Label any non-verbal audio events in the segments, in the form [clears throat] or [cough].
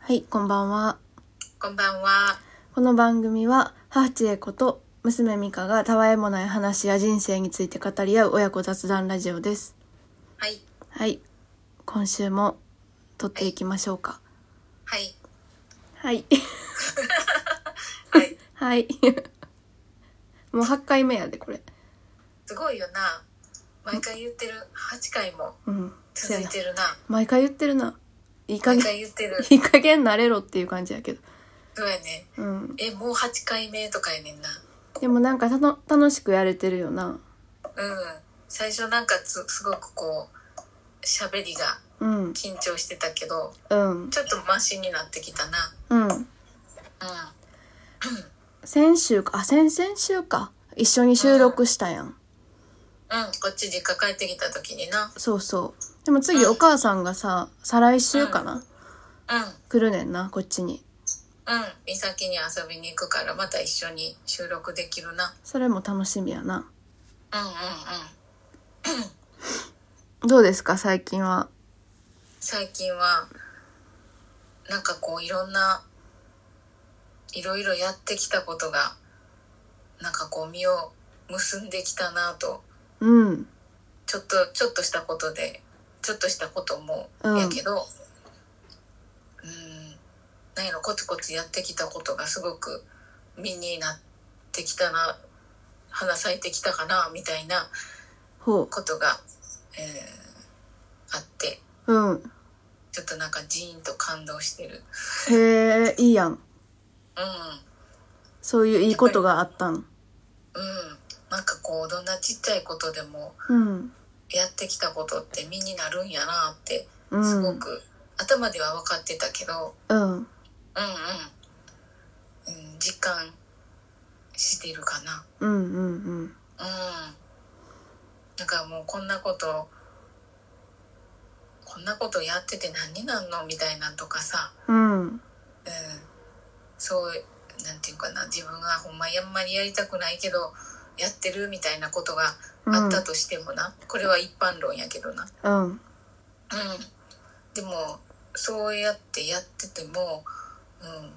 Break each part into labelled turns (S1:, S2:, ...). S1: はい、こんばんは。
S2: こんばんは。
S1: この番組は、母千恵子と娘美香がたわいもない話や人生について語り合う親子雑談ラジオです。
S2: はい。
S1: はい、今週も撮っていきましょうか。
S2: はい。
S1: はい。
S2: はい。
S1: はい。 [laughs] もう8回目やで、これ。
S2: すごいよな。毎回言ってる。8回も
S1: うん。そ
S2: 続
S1: う
S2: い
S1: やな
S2: てるな。
S1: 毎回言ってるな。いい加
S2: 毎
S1: 減、
S2: 回言ってる。
S1: いい加減なれろっていう感じやけど。
S2: そうやね。
S1: うん。
S2: え、もう8回目とかやねんな。
S1: でもなんかたの楽しくやれてるよな。
S2: うん。最初なんかつすごくこう、喋りが
S1: うん。
S2: 緊張してたけど、
S1: うん。
S2: ちょっとマシになってきたな。
S1: うん。
S2: う
S1: 先週か、あ、先々週か。一緒に収録したやん。
S2: ん。うん。こっち実家帰ってきた時にな。
S1: そうそう。でも次お母さんがさ、再来週かな、
S2: うん。
S1: 来るねんな、こっちに。
S2: うん。美咲に遊びに行くから、また一緒に収録できるな。
S1: それも楽しみやな。
S2: うんうんうん。
S1: どうですか、最近は。
S2: 最近はなんかこういろんないろいろやってきたことがなんかこう実を結んできたなと
S1: うん。
S2: ちょっとちょっとしたことでちょっとしたこともやけどうんなんやろコツコツやってきたことがすごく身になってきたな花咲いてきたかなみたいな
S1: ほ
S2: ことが、えーあって
S1: う。うん。
S2: ちょっとなんかジーンと感動してる。
S1: へえ、いいやん。
S2: うん
S1: そういういいことがあったん。
S2: うん、なんかこうどんなちっちゃいことでも
S1: うん。
S2: やってきたことって身になるんやなって
S1: うん。
S2: すごく、頭では分かってたけど
S1: うん。
S2: うんうん、うん、実感してるかな
S1: うんうんうん。
S2: うんなんかもうこんなことこんなことやってて何になんのみたいなんとかさ、
S1: うん。
S2: うん、そうなんていうかな自分がほんまにあんまりやりたくないけどやってるみたいなことが
S1: う
S2: あ
S1: ん
S2: っ。たとしてもな、これは一般論やけどな、う
S1: う
S2: ん、
S1: ん。
S2: でもそうやってやってても、うん、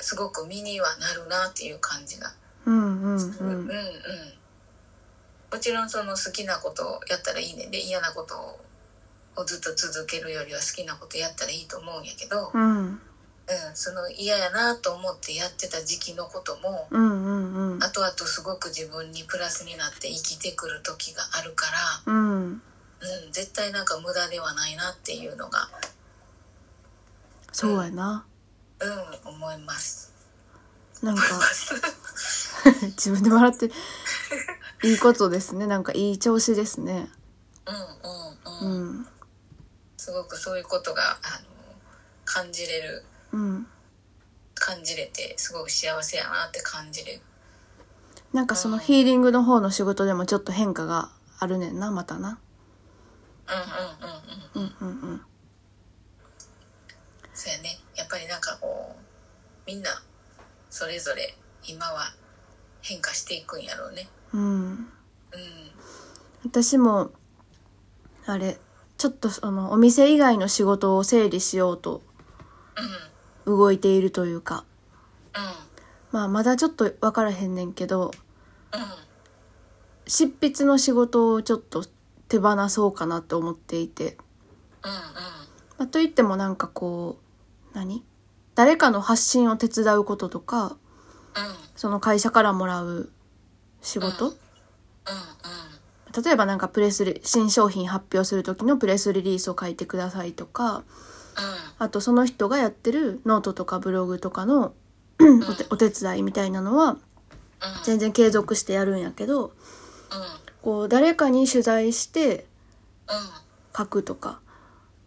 S2: すごく身にはなるなっていう感じが、
S1: うんうん
S2: うんうん
S1: う
S2: もちろんその好きなことをやったらいいねんで嫌なことをずっと続けるよりは好きなことやったらいいと思うんやけど、うん
S1: ん。うん。
S2: その嫌やなと思ってやってた時期のことも
S1: うんうんうん。
S2: 後々すごく自分にプラスになって生きてくる時があるから。
S1: うん。
S2: うん、絶対なんか無駄ではないなっていうのが、
S1: そうやな。
S2: うん、思います。 [laughs]
S1: なんか、自分で笑って、いいことですね。なんかいい調子ですね。
S2: う
S1: う
S2: んうんうん。
S1: ん。
S2: すごくそういうことが、あの、感じれる、
S1: うん。
S2: 感じれて、すごく幸せやなって感じれる。
S1: なんかそのヒーリングの方の仕事でもちょっと変化があるねんな、またな。
S2: うんうんうんう
S1: う
S2: ん。
S1: んうんうん。
S2: そうやね。やっぱりなんかこう、みんな、それぞれ、今は変化していくんやろうね。
S1: うん。
S2: うん。
S1: 私も、あれ、ちょっとそのお店以外の仕事を整理しようと
S2: うん。
S1: 動いているというか、
S2: う
S1: まあまだちょっとわからへんねんけど、
S2: ん。うん。
S1: 執筆の仕事をちょっと手放そうかなと思っていて、
S2: うん
S1: まあ、といってもなんかこう何誰かの発信を手伝うこととか
S2: うん。うん。うん
S1: その会社からもらう仕事、
S2: うん。
S1: 例えばなんかプレスリ新商品発表する時のプレスリリースを書いてくださいとか
S2: う
S1: あとその人がやってるノートとかブログとかのお手お手伝いみたいなのは
S2: ん。うん。
S1: 全然継続してやるんやけど
S2: うん。
S1: こう誰かに取材して
S2: う
S1: 書くとか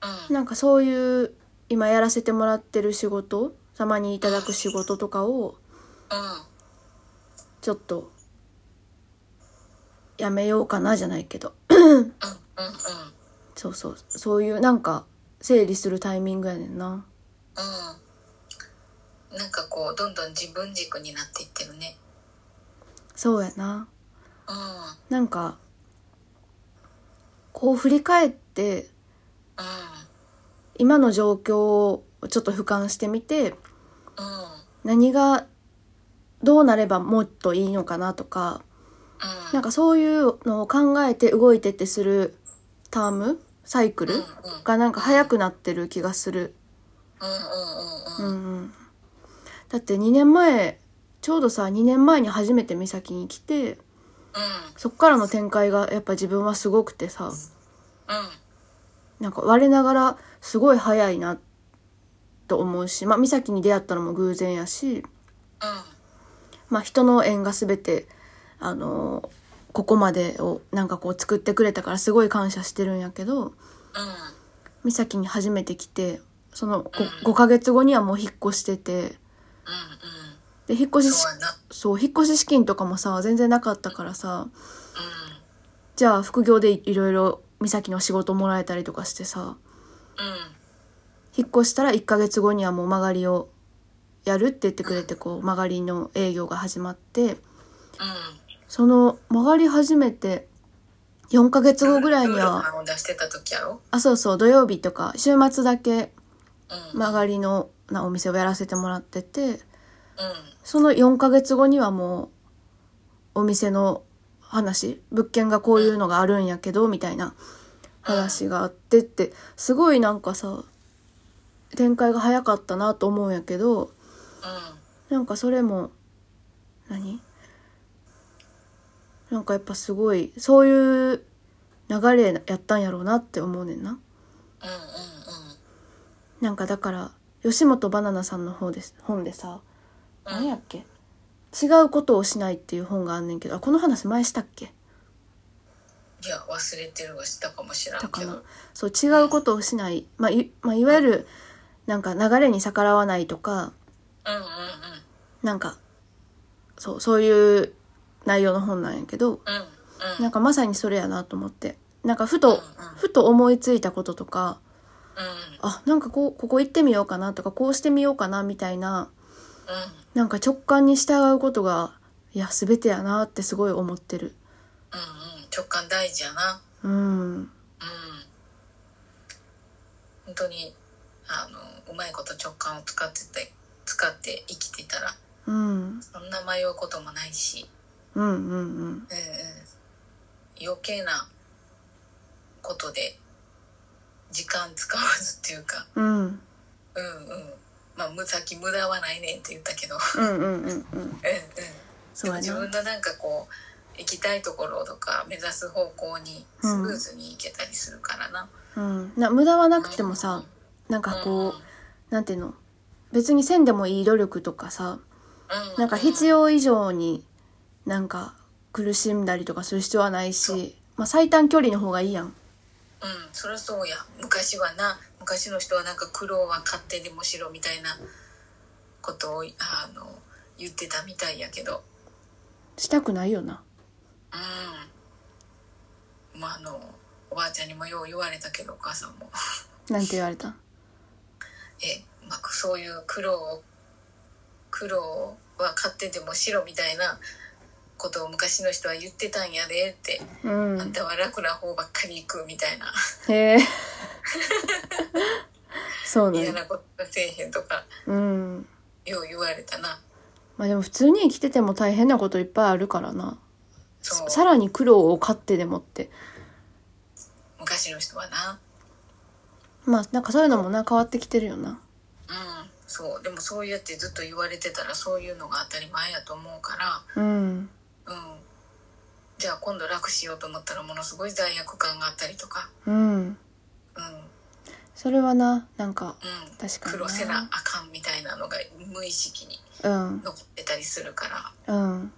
S2: ん。うん。
S1: なんかそういう今やらせてもらってる仕事たまにいただく仕事とかを
S2: うん。
S1: ちょっとやめようかなじゃないけど
S2: うんうんうん
S1: そうそうそういうなんか整理するタイミングやねんな
S2: うんなんかこうどんどん自分軸になっていってるね
S1: そうやな
S2: うんうん
S1: なんかこう振り返って今の状況をちょっと俯瞰してみて
S2: うん
S1: 何がどうなればもっといいのかなとか
S2: うん
S1: なんかそういうのを考えて動いてってするタームサイクル
S2: うんうん
S1: がなんか早くなってる気がする。
S2: うん
S1: う
S2: うんうんうん
S1: んうん、だって2年前ちょうどさ2年前に初めて三崎に来てそっからの展開がやっぱ自分はすごくてさ
S2: うん
S1: なんか我ながらすごい早いなと思うし、まあ、美咲に出会ったのも偶然やし、
S2: うん
S1: まあ、人の縁が全て、あのーここまでをなんかこう作ってくれたからすごい感謝してるんやけど
S2: うん
S1: 美咲に初めて来てその 5, 5ヶ月後にはもう引っ越してて
S2: う
S1: で引っ越
S2: んうん
S1: しし
S2: そうやな
S1: そう引っ越し資金とかもさ全然なかったからさ
S2: う
S1: じゃあ副業でいいろいろ美咲の仕事もらえたりとかしてさ
S2: んうん
S1: 引っ越したら1ヶ月後にはもう曲がりをやるって言ってくれてこう曲がりの営業が始まって
S2: うん
S1: その曲がり始めて4ヶ月後ぐらいに
S2: ルール
S1: は
S2: 感を出してた時やろ
S1: あそうそう土曜日とか週末だけ
S2: うん
S1: 曲がりのなお店をやらせてもらってて
S2: うん
S1: その4ヶ月後にはもうお店の話物件がこういうのがあるんやけどみたいな話があってってすごいなんかさ展開が早かったなと思うんやけどなんかそれも何なんかやっぱすごいそういう流れやったんやろうなって思うねんな。
S2: うんうんうんうん
S1: なんかだから吉本ばななさんの方です本でさ
S2: うん
S1: 何やっけ「違うことをしない」っていう本があんねんけどあこの話前したっけ
S2: いや忘れてるわしたかもしら
S1: だ
S2: ん
S1: か
S2: けど
S1: なそう違うことをしない、まあ、いまあいわゆるなんか流れに逆らわないとか
S2: うんうんうん
S1: なんかそうそういう内容の本なんやけど
S2: うんうん
S1: なんかまさにそれやなと思ってなんかふと
S2: うんうん
S1: ふと思いついたこととか
S2: うん
S1: あなんかこうここ行ってみようかなとかこうしてみようかなみたいな
S2: うん
S1: なんか直感に従うことがいや全てやなってすごい思ってる
S2: うんうん直感大事やな
S1: うん
S2: うん本当にあのうまいこと直感を使ってて使って生きてたら
S1: うん
S2: そんな迷うこともないし
S1: うんうんうん
S2: うんうん余計なことで時間使わずっていうか
S1: うん
S2: うんうんまあむさっき無駄はないねんって言ったけど
S1: うんうんうんうん
S2: うんうん
S1: そうや
S2: 自
S1: な
S2: 分のなんかこう行きたいところとか目指す方向にスムーズに行けたりするからな。
S1: うん、な無駄はなくてもさなんかこうなんていうの別にせんでもいい努力とかさ
S2: う
S1: なんか必要以上になんか苦しんだりとかする必要はないし、まあ、最短距離の方がいいやん
S2: うんそりゃそうや昔はな昔の人はなんか苦労は勝手でもしろみたいなことをあの言ってたみたいやけど
S1: したくないよな
S2: うんまああのおばあちゃんにもよう言われたけどお母さんも [laughs]
S1: なんて言われた
S2: え、まあ、そういう苦労を苦労は勝手でもしろみたいなことを昔の人は言ってたんやでって、
S1: う
S2: あん
S1: ん
S2: たは楽な方ばっかり行くみたいな
S1: へえそう
S2: 嫌
S1: ね
S2: なことがせえへんとか
S1: うん
S2: よう言われたな
S1: まあでも普通に生きてても大変なこといっぱいあるからな
S2: そう
S1: さらに苦労を買ってでもって
S2: 昔の人はな
S1: まあなんかそういうのもな変わってきてるよな
S2: うんそうでもそうやってずっと言われてたらそういうのが当たり前やと思うから
S1: うん
S2: うん、じゃあ今度楽しようと思ったらものすごい罪悪感があったりとか、
S1: うん
S2: うんうん、
S1: それはななんか確かに
S2: 苦
S1: な
S2: 労せなあかんみたいなのが無意識に
S1: うん
S2: 残ってたりするか
S1: うん
S2: ら、うん、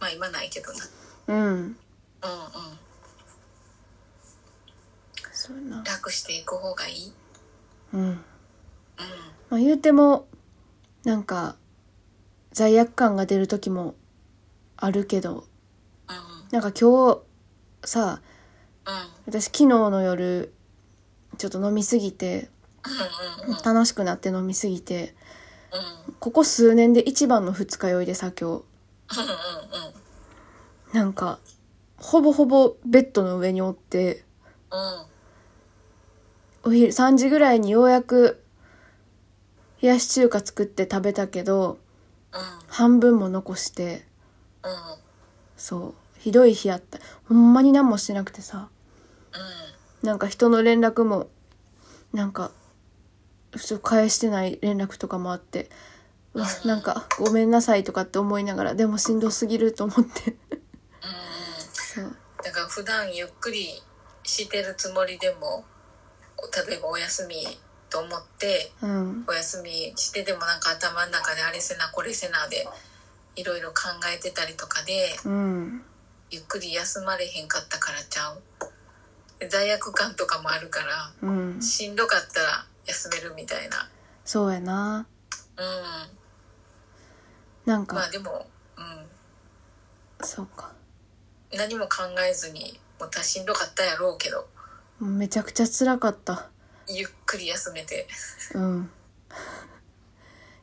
S2: まあ今ないけどな、
S1: うん
S2: うんうん、
S1: そうやな
S2: 楽していく方がいい、
S1: うん
S2: うん、
S1: まあ言うてもなんか罪悪感が出る時もあるけど
S2: うん
S1: なんか今日さ
S2: うん
S1: 私昨日の夜ちょっと飲みすぎて
S2: うんうんうん
S1: 楽しくなって飲みすぎて
S2: うん
S1: ここ数年で一番の二日酔いでさ今
S2: うんうん
S1: 日なんかほぼほぼベッドの上におって
S2: うん
S1: お昼3時ぐらいにようやく冷やし中華作って食べたけど半分も残して
S2: うんうんうん
S1: そうひどい日やったほんまに何もしてなくてさなんか人の連絡もなんかそう返してない連絡とかもあってう
S2: [laughs]
S1: わなんかごめんなさいとかって思いながらでもしんどすぎると思って
S2: うん
S1: そう
S2: だから普段ゆっくりしてるつもりでも例えばお休みと思って
S1: うん
S2: お休みしてでもなんか頭の中であれせなこれせなでいろいろ考えてたりとかで
S1: うん
S2: ゆっくり休まれへんかったからちゃうで罪悪感とかもあるから
S1: うん
S2: しんどかったら休めるみたいな
S1: そうやな
S2: う
S1: なん
S2: んまあ
S1: か
S2: でもう
S1: そうか
S2: ん何も考えずにもうたしんどかったやろうけど
S1: もうめちゃくちゃ辛かった
S2: ゆっくり休めて
S1: うん [laughs]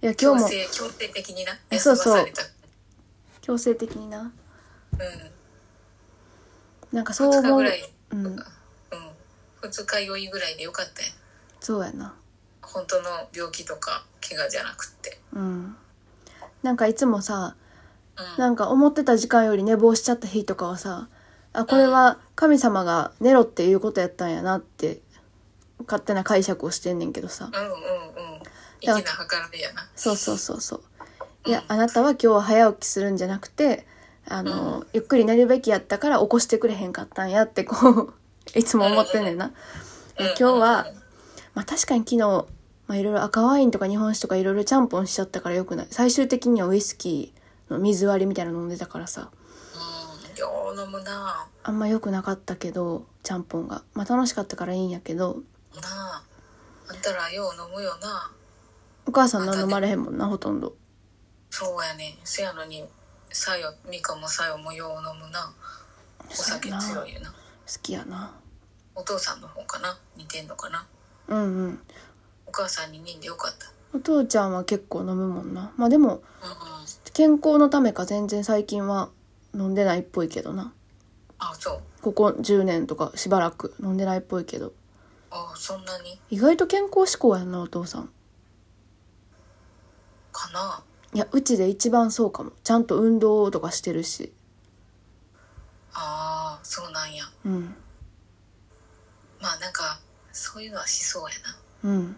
S1: いや今
S2: 強
S1: 日も
S2: 制強制的にな
S1: え
S2: 休
S1: そう
S2: ま
S1: そう
S2: された
S1: 強制的にな
S2: う
S1: なんか
S2: ん
S1: そう
S2: 2日
S1: 思
S2: ぐ
S1: う
S2: らい
S1: うん
S2: うん2日酔いぐらいでよかったよ
S1: そうやな
S2: 本当の病気とか怪我じゃなくって
S1: うんなんかいつもさ
S2: うん
S1: なんか思ってた時間より寝坊しちゃった日とかはさあこれは神様が寝ろっていうことやったんやなって勝手な解釈をしてんねんけどさ
S2: うんうんうん粋な計らいやな
S1: そうそうそうそういやあなたは今日は早起きするんじゃなくてあの、ゆっくり寝るべきやったから起こしてくれへんかったんやってこう [laughs] いつも思ってんねんな、いや今日はまあ確かに昨日、まあ、いろいろ赤ワインとか日本酒とかいろいろちゃんぽんしちゃったからよくない最終的にはウイスキーの水割りみたいなの飲んでたからさ
S2: うんよう飲むな
S1: あんま良くなかったけどちゃんぽんがまあ楽しかったからいいんやけど
S2: なああんたらよう飲むよな
S1: お母さん何飲まれへんもんなほとんど
S2: そうやねせやのにさよみかもさよもよう飲むなお酒
S1: そうやな
S2: 強いよな
S1: 好きやな
S2: お父さんの方かな似てんのかな
S1: うんうん
S2: お母さんに似んでよかった
S1: お父ちゃんは結構飲むもんなまあでも
S2: うんうん
S1: 健康のためか全然最近は飲んでないっぽいけどな
S2: あそう
S1: ここ10年とかしばらく飲んでないっぽいけど
S2: あそんなに
S1: 意外と健康志向やんなお父さん
S2: かない
S1: やうちで一番そうかもちゃんと運動とかしてるし
S2: ああそうなんや
S1: うん
S2: まあなんかそういうのはしそうやな
S1: うん
S2: うん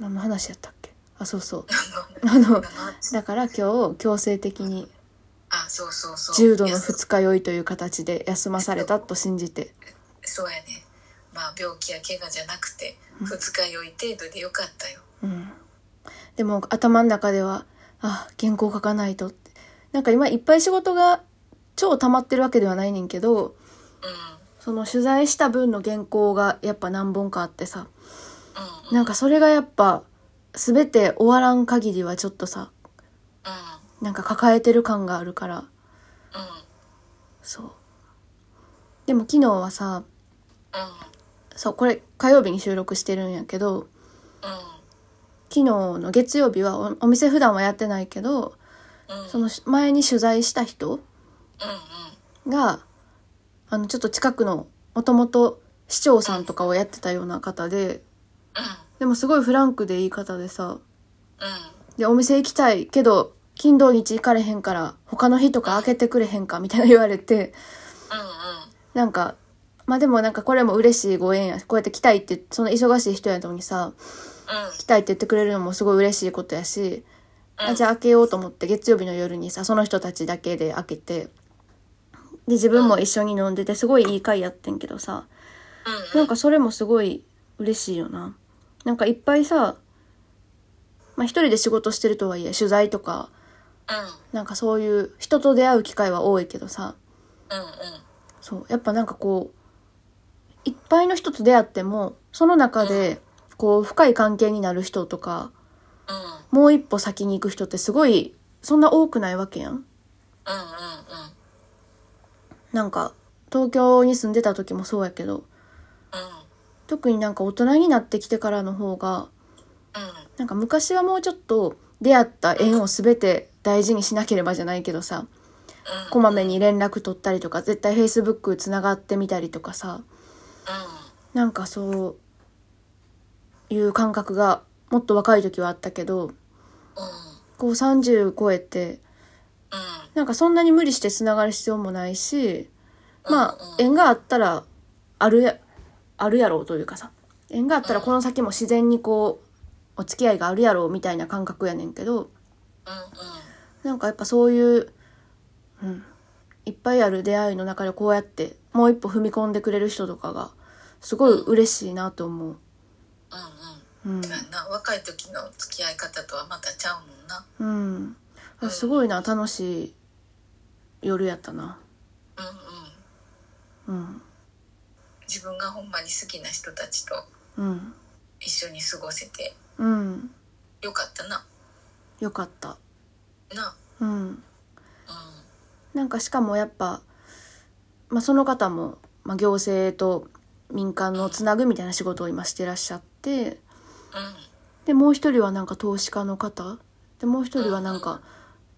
S1: 何の話やったっけあそうそう
S2: あの
S1: だから今日強制的に
S2: あそうそうそう
S1: 重度の
S2: いやそう
S1: 二日酔いという形で休まされたと信じて
S2: そうやねまあ病気や怪我じゃなくて二日酔い程度でよかったよ
S1: うんでも頭の中ではあ原稿書かないとってなんか今いっぱい仕事が超溜まってるわけではないねんけど
S2: うん
S1: その取材した分の原稿がやっぱ何本かあってさ
S2: うん
S1: なんかそれがやっぱ全て終わらん限りはちょっとさ
S2: うん
S1: なんか抱えてる感があるから
S2: うん
S1: そうでも昨日はさ
S2: うん
S1: そうこれ火曜日に収録してるんやけど
S2: う
S1: 昨日の月曜日はおお店普段はやってないけど
S2: んうん
S1: そのし前に取材した人
S2: うんうん
S1: があのちょっと近くのもともと市長さんとかをやってたような方ででもすごいフランクでいい方でさ
S2: うん
S1: でお店行きたいけど金土日行かれへんから他の日とか開けてくれへんかみたいな言われて
S2: うんうん
S1: なんかまあでもなんかこれも嬉しいご縁やこうやって来たいってその忙しい人やのにさ
S2: うん
S1: 来たいって言ってくれるのもすごい嬉しいことやし
S2: うん
S1: あじゃあ開けようと思って月曜日の夜にさその人たちだけで開けてで自分も一緒に飲んでてすごいいい回やってんけどさ
S2: うん
S1: なんかそれもすごい嬉しいよななんかいっぱいさまあ一人で仕事してるとはいえ取材とか
S2: うん
S1: なんかそういう人と出会う機会は多いけどさ
S2: うん
S1: そうやっぱなんかこういっぱいの人と出会ってもその中でこう深い関係になる人とか
S2: うんうん
S1: もう一歩先に行く人ってすごいそんな多くないわけやん
S2: うんうんうん
S1: なんか東京に住んでた時もそうやけど
S2: うん
S1: 特になんか大人になってきてからの方が
S2: うん
S1: なんか昔はもうちょっと出会った縁を全て大事にしなければじゃないけどさこまめに連絡取ったりとか絶対 Facebook つながってみたりとかさなんかそういう感覚がもっと若い時はあったけど
S2: うん
S1: こう30超えて
S2: うん
S1: なんかそんなに無理してつながる必要もないしまあ
S2: うん
S1: 縁があったらあるやあるやろうというかさ縁があったら
S2: うん
S1: この先も自然にこうお付き合いがあるやろうみたいな感覚やねんけど
S2: うん
S1: なんかやっぱそういう、うん、いっぱいある出会いの中でこうやってもう一歩踏み込んでくれる人とかがすごい嬉しいなと思う。
S2: う
S1: うん
S2: んうんな若い時の付き合い方とはまたちゃうもんな
S1: うん、あすごいな楽しい夜やったな、
S2: うんうん
S1: うん
S2: 自分がほんまに好きな人たちと
S1: うん
S2: 一緒に過ごせて
S1: うん、
S2: よかったな
S1: よかった、
S2: な
S1: うん、
S2: うん
S1: なんかしかもやっぱ、まあ、その方も、まあ、行政と民間のつなぐみたいな仕事を今してらっしゃって
S2: うん
S1: でもう一人はなんか投資家の方でもう一人はなんか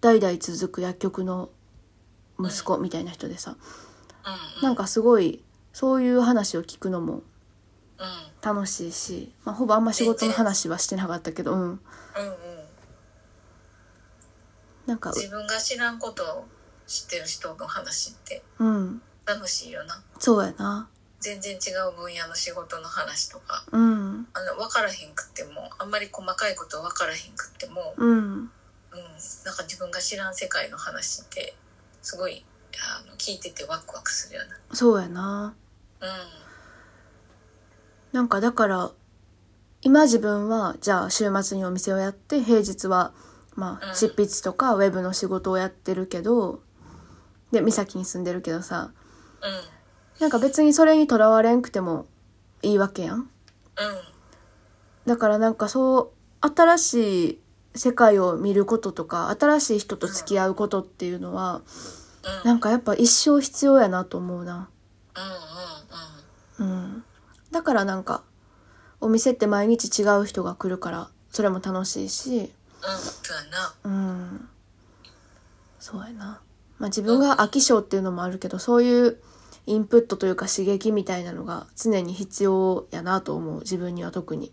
S1: 代々続く薬局の息子みたいな人でさ
S2: うん
S1: なんかすごいそういう話を聞くのも
S2: うん
S1: 楽しいし、まあ、ほぼあんま仕事の話はしてなかったけど、うん、
S2: うんうん
S1: なんか
S2: 自分が知らんことを知ってる人の話って
S1: うん
S2: 楽しいよな
S1: そうやな
S2: 全然違う分野の仕事の話とか
S1: うん
S2: あの分からへんくってもあんまり細かいこと分からへんくっても、
S1: うん
S2: うん、なんか自分が知らん世界の話ってすごいあの聞いててワクワクするよ
S1: そうやな
S2: な
S1: なんかだから今自分はじゃあ週末にお店をやって平日はま
S2: う
S1: あ
S2: ん
S1: 執筆とかウェブの仕事をやってるけどで三崎に住んでるけどさ
S2: うん
S1: なんか別にそれにとらわれんくてもいいわけやん
S2: うんうん
S1: だからなんかそう新しい世界を見ることとか新しい人と付き合うことっていうのは
S2: うんうんうん
S1: なんかやっぱ一生必要やなと思うなうんだからなんかお店って毎日違う人が来るからそれも楽しいし
S2: うんそうやな
S1: うんそうやなまあ自分が飽き性っていうのもあるけどそういうインプットというか刺激みたいなのが常に必要やなと思う自分には特に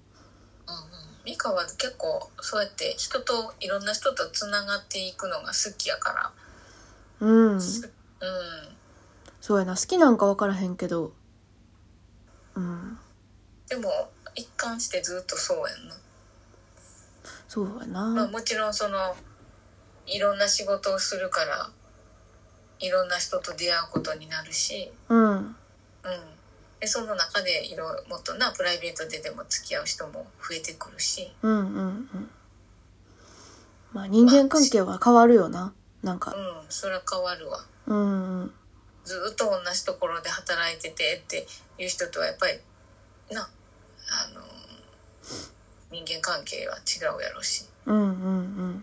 S2: うんうん美香は結構そうやって人といろんな人とつながっていくのが好きやか
S1: うん
S2: らうん
S1: そうやな好きなんか分からへんけどうん
S2: でも一貫してずっとそうやんな、
S1: そうや
S2: まあ、
S1: な
S2: もちろんそのいろんな仕事をするからいろんな人と出会うことになるし、
S1: うん
S2: うん、でその中でいろもっとなプライベートででも付き合う人も増えてくるし、
S1: うんうんうんまあ人間関係は変わるよななん
S2: う
S1: か
S2: ん、それは変わるわ
S1: うんうん
S2: ずっと同じところで働いててっていう人とはやっぱりなあの人間関係は違うやろうし、
S1: うんうんうん
S2: うん、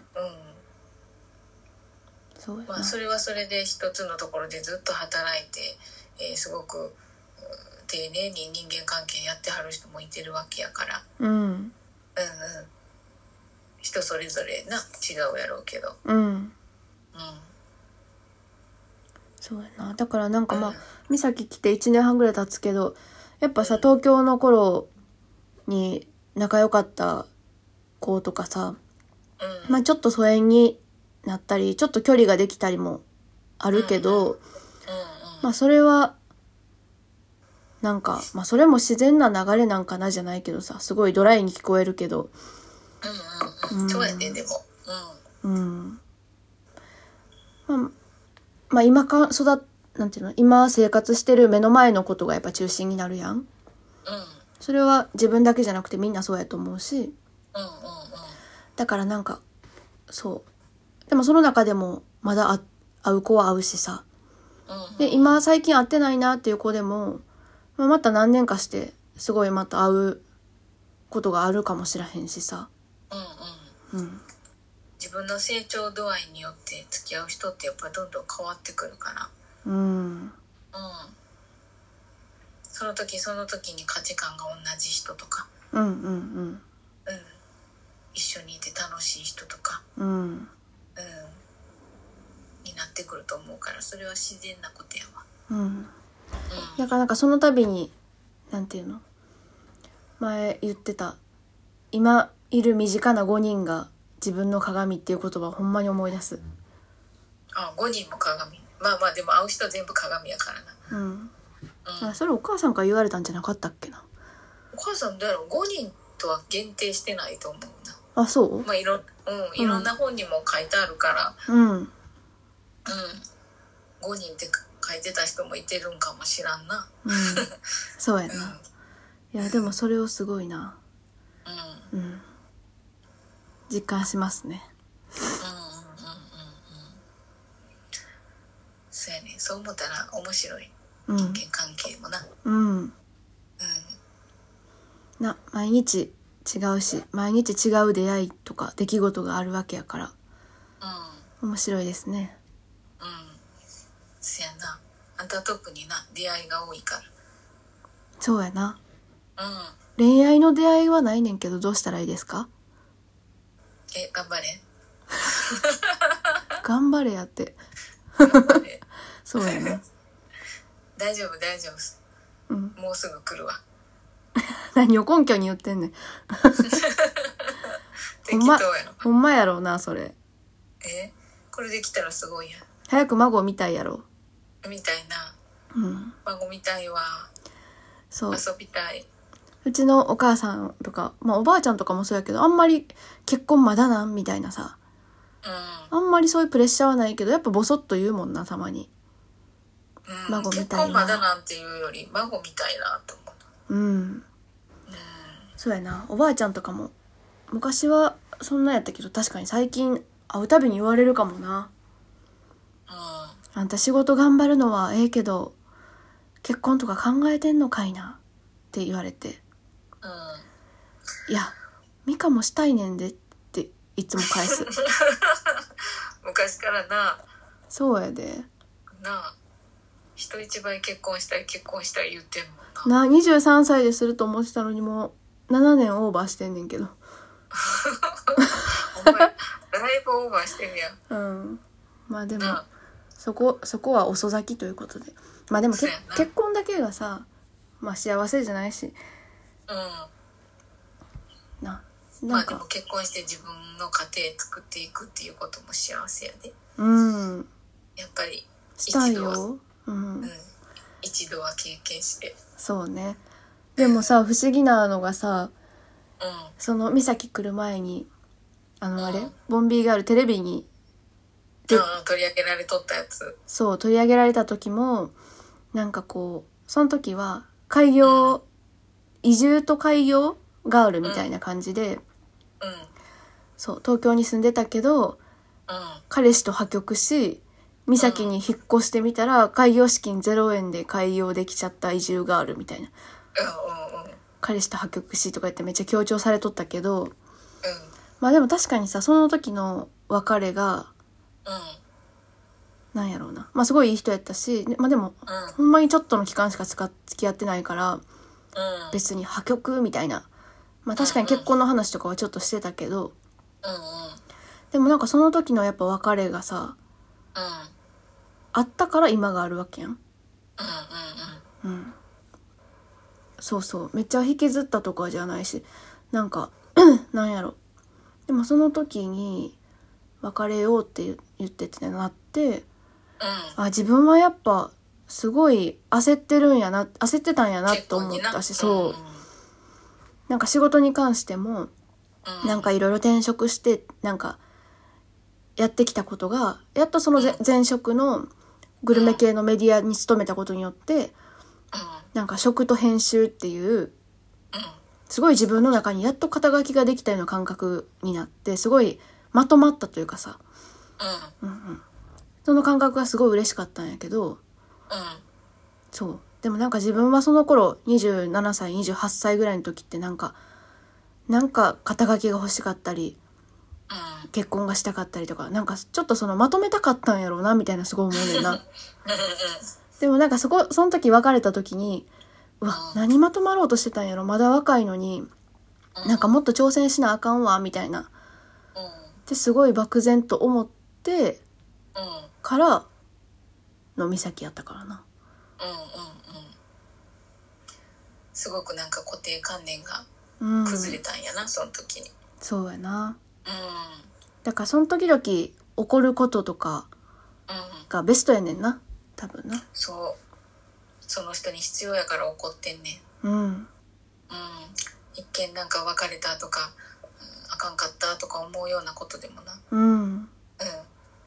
S1: そうや
S2: まあ、
S1: な
S2: それはそれで一つのところでずっと働いて、えーすごくうん丁寧に人間関係やってはる人もいてるわけやから、
S1: うん
S2: うんうん、人それぞれな違うやろうけど、
S1: うん
S2: うん、
S1: そうやなだからなんかまあ美咲来て1年半ぐらい経つけどやっぱさ東京の頃に仲良かった子とかさ、
S2: うん
S1: まあ、ちょっと疎遠になったりちょっと距離ができたりもあるけど、
S2: うんうん
S1: まあそれはなんか、まあ、それも自然な流れなんかなじゃないけどさすごいドライに聞こえるけど
S2: うん
S1: う
S2: うんうんんそうやねでも、うん、
S1: うんまあ、まあ、今か育っなんていうの今生活してる目の前のことがやっぱ中心になるやん
S2: うんうん
S1: それは自分だけじゃなくてみんなそうやと思うし
S2: うんうん
S1: だからなんかそうでもその中でもまだあ会う子は会うしさ
S2: うん
S1: で今最近会ってないなっていう子でも、まあ、また何年かしてすごいまた会うことがあるかもしらへんしさ
S2: うんうん
S1: うん
S2: 自分の成長度合いによって付き合う人ってやっぱりどんどん変わってくるから。
S1: うん
S2: うんその時その時に価値観が同じ人とか、
S1: うんうん
S2: うん、一緒にいて楽しい人とか、
S1: うんうん
S2: うん、になってくると思うからそれは自然なことやわ。
S1: うん
S2: うん
S1: だからなんかその度になんていうの前言ってた今いる身近な5人が自分の鏡っていう言葉をほんまに思い出す
S2: あ5人も鏡まあまあでも会う人全部鏡やからな
S1: うん
S2: うん
S1: あそれお母さんから言われたんじゃなかったっけな
S2: お母さんどうやろう5人とは限定してないと思うな
S1: あそ
S2: まあいろ,、うん、いろんな本にも書いてあるから、
S1: ううん
S2: うん、5人って書いてた人もいてるんかもしらんな
S1: うんそうや
S2: うん、うん
S1: ないやでもそれをすごいなうん実感しますね
S2: うんうんうんうんうんそうやねそう思ったら面白い
S1: うん
S2: 人間関係もな、うん、
S1: うんな毎日違うし毎日違う出会いとか出来事があるわけやから
S2: う
S1: 面白いですね
S2: んうんそやなあんた特にな出会いが多いか
S1: そうやな
S2: らうん
S1: 恋愛の出会いはないねんけどどうしたらいいですか
S2: え頑張れ
S1: 頑張れやって
S2: 頑張れ
S1: そうやな
S2: 大丈夫大丈夫
S1: うん
S2: もうすぐ来るわ
S1: 何を根拠に言ってんねんほ
S2: 適
S1: ん
S2: 当
S1: ま
S2: やろ
S1: ほんまやろうなそれ
S2: えこれできたらすごいや
S1: 早く孫みたいやろ
S2: んみたいな
S1: うん
S2: 孫みたいわ
S1: そう
S2: 遊びたいう
S1: ちのお母さんとか、まあ、おばあちゃんとかもそうやけどあんまり結婚まだなんみたいなさ
S2: う
S1: あんまりそういうプレッシャーはないけどやっぱボソッと言うもんなたまに
S2: ん、うん、
S1: 孫みたいな
S2: 結婚まだなんていうより孫みたいなと思う
S1: うんそうやなおばあちゃんとかも昔はそんなんやったけど確かに最近会うたびに言われるかもな
S2: う
S1: あんた仕事頑張るのはええけど結婚とか考えてんのかいなって言われて
S2: んうん
S1: いや美香もしたいねんでっていつも返 [laughs] す
S2: 昔からな
S1: そうやで
S2: な人一倍結婚したい結婚したい言ってんもんな
S1: な23歳ですると思ってたのにもう7年オーバーしてんねんけど
S2: お前
S1: [laughs]
S2: だいぶオーバーしてるやん
S1: うんまあでも
S2: な
S1: そこそこは遅咲きということでまあでもけ
S2: そうやな
S1: 結婚だけがさまあ幸せじゃないし
S2: うん
S1: な
S2: ま
S1: な
S2: あ
S1: ん
S2: でも
S1: か
S2: 結婚して自分の家庭作っていくっていうことも幸せやで
S1: うん
S2: やっぱり
S1: したい
S2: 一度は
S1: ようん
S2: うん一度は経験して
S1: そうねでもさ不思議なのがさ
S2: うん
S1: その美咲来る前にあのあれ、
S2: うん
S1: ボンビーガールテレビにで
S2: うん取り上げられとったやつ
S1: そう取り上げられた時もなんかこうその時は開業、移住と開業ガールみたいな感じで、
S2: うんうん
S1: そう東京に住んでたけど彼氏と破局し美咲に引っ越してみたら開業資金0円で開業できちゃった移住ガールみたいな
S2: うんうんうんうん
S1: 彼氏と破局しとか言ってめっちゃ強調されとったけどまあでも確かにさその時の別れがなんやろうなまあすごいいい人やったし、ねまあ、でも
S2: うん
S1: ほんまにちょっとの期間しか使っ付き合ってないから
S2: うんうん
S1: 別に破局みたいなまあ確かに結婚の話とかはちょっとしてたけど
S2: うんうん
S1: でもなんかその時のやっぱ別れがさ
S2: うんうん
S1: あったから今があるわけやん
S2: うん
S1: うんそうそうめっちゃ引きずったとかじゃないしなんか [clears throat] なんやろでもその時に別れようって言言っててなって
S2: うん
S1: あ自分はやっぱすごい焦ってるんやな焦ってたんやな
S2: 結
S1: と
S2: 婚
S1: 思っ
S2: にな
S1: たしそう、
S2: うん
S1: なんか仕事に関しても
S2: うん
S1: なんかいろいろ転職してなんかやってきたことがやっとその前
S2: う
S1: 前職のグルメ系のメディアに勤めたことによって
S2: う
S1: なんか食と編集っていうん
S2: うん
S1: すごい自分の中にやっと肩書きができたような感覚になってすごいまとまったというかさ、
S2: う
S1: うんうん、その感覚がすごい嬉しかったんやけど
S2: んうん
S1: そうでもなんか自分はその頃27歳28歳ぐらいの時ってなんかなんか肩書きが欲しかったり
S2: うん
S1: 結婚がしたかったりとかなんかちょっとそのまとめたかったんやろうなみたいなすごい思うねん
S2: [laughs]
S1: なでもなんかそこその時別れた時にうわ
S2: うん
S1: 何まとまろうとしてたんやろまだ若いのに
S2: うん
S1: なんかもっと挑戦しなあかんわみたいな
S2: うん
S1: ってすごい漠然と思って
S2: うんうん
S1: からの美咲やったからな
S2: うんうんうんすごくなんか固定観念が
S1: うん
S2: 崩れたんやな、その時に
S1: そうやな
S2: うん
S1: だからその時々起こることとか
S2: うん
S1: がベストやねんな多分な
S2: そうその人に必要やから怒ってんねん
S1: うん
S2: うん一見なんか別れたとか、うん、あかんかったとか思うようなことでもな
S1: うん
S2: うん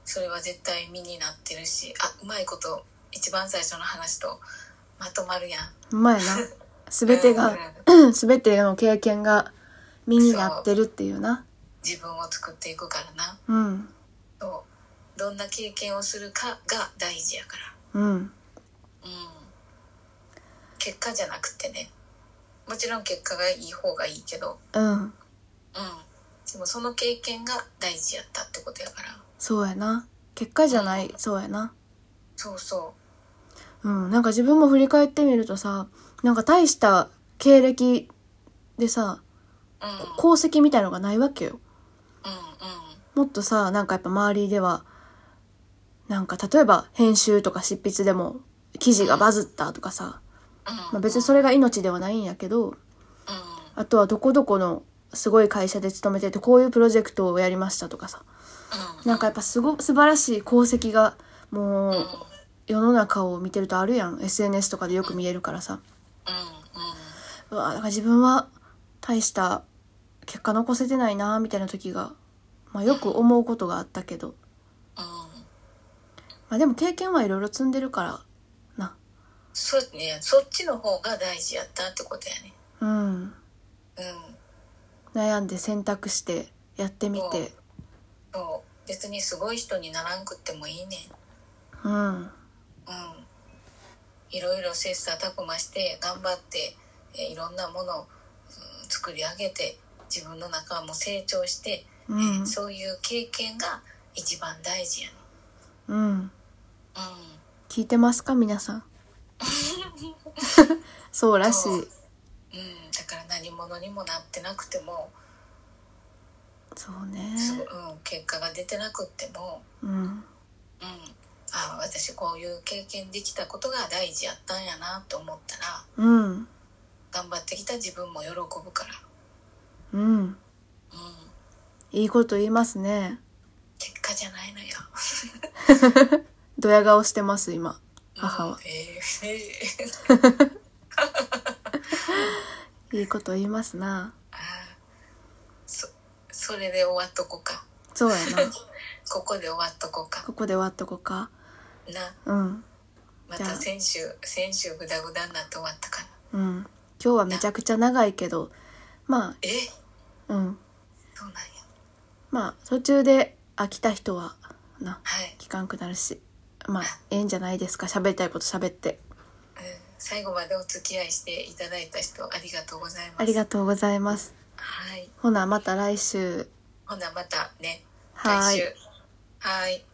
S2: それは絶対身になってるしあうまいこと一番最初の話とまとまるやん
S1: ほん
S2: [laughs]
S1: まやな全て
S2: う
S1: が
S2: ん
S1: 全ての経験が身になってるっていうな
S2: 自分を作っていくからな
S1: うん
S2: そうどんな経験をするかが大事やか
S1: うん
S2: らうん結果じゃなくてねもちろん結果がいい方がいいけど
S1: うん
S2: うんでもその経験が大事やったってことやから
S1: そうやな結果じゃないそうやな
S2: そうそ
S1: うん、なんか自分も振り返ってみるとさなんか大した経歴でさ
S2: ううん
S1: 功績みたいのがないわけよ
S2: うん
S1: もっとさなんかやっぱ周りではなんか例えば編集とか執筆でも記事がバズったとかさ、
S2: うんうん
S1: まあ、別にそれが命ではないんやけど
S2: うん
S1: あとはどこどこのすごい会社で勤めててこういうプロジェクトをやりましたとかさ
S2: うん
S1: なんかやっぱすご素晴らしい功績がも
S2: うんう
S1: うん世の中を見てるとあるやん SNS とかでよく見えるからさ、
S2: う
S1: うわなんか自分は大した結果残せてないなみたいな時が、まあ、よく思うことがあったけど、
S2: んうんうん
S1: まあ、でも経験はいろいろ積んでるからな
S2: そうねそっちの方が大事やったってことやね
S1: うん
S2: うん
S1: 悩んで選択してやってみて
S2: そう別にすごい人にならんくってもいいねん
S1: うん
S2: うんいろいろ切磋琢磨して頑張ってえいろんなものを、うん作り上げて自分の中も成長して、
S1: うん
S2: そういう経験が一番大事やね
S1: うん
S2: うん
S1: 聞いてますか皆さん
S2: [laughs]
S1: そうらしい
S2: そううん、だから何者にもなってなくても、
S1: そうね
S2: すごうん、結果が出てなくっても、
S1: うん
S2: うん、あ私こういう経験できたことが大事やったんやなと思ったら
S1: うん
S2: 頑張ってきた自分も喜ぶか
S1: う
S2: ら、
S1: ん
S2: うん、
S1: いいこと言いますね
S2: 結果じゃないのよ
S1: ドヤ顔してます今母は
S2: うん、えー、えー、
S1: いいこと言いますな
S2: あーそそれで終わっとこか
S1: そうやな
S2: ここで終わっとこか
S1: ここで終わっとこうかう
S2: な
S1: ん
S2: ま
S1: じ
S2: た
S1: ゃあ
S2: 先週先週グダグダになって終わったから
S1: うん今日はめちゃくちゃ長いけどま
S2: え
S1: あうん
S2: そうなんや
S1: まあ途中で飽きた人はな
S2: はい、
S1: 聞かんくなるしまあええんじゃないですか喋りたいこと喋って
S2: うん、最後までお付き合いしていただいた人ありがとうございます
S1: ありがとうございます
S2: はい
S1: ほなまた来週
S2: ほなまたね
S1: は
S2: 来
S1: ーい
S2: 週はい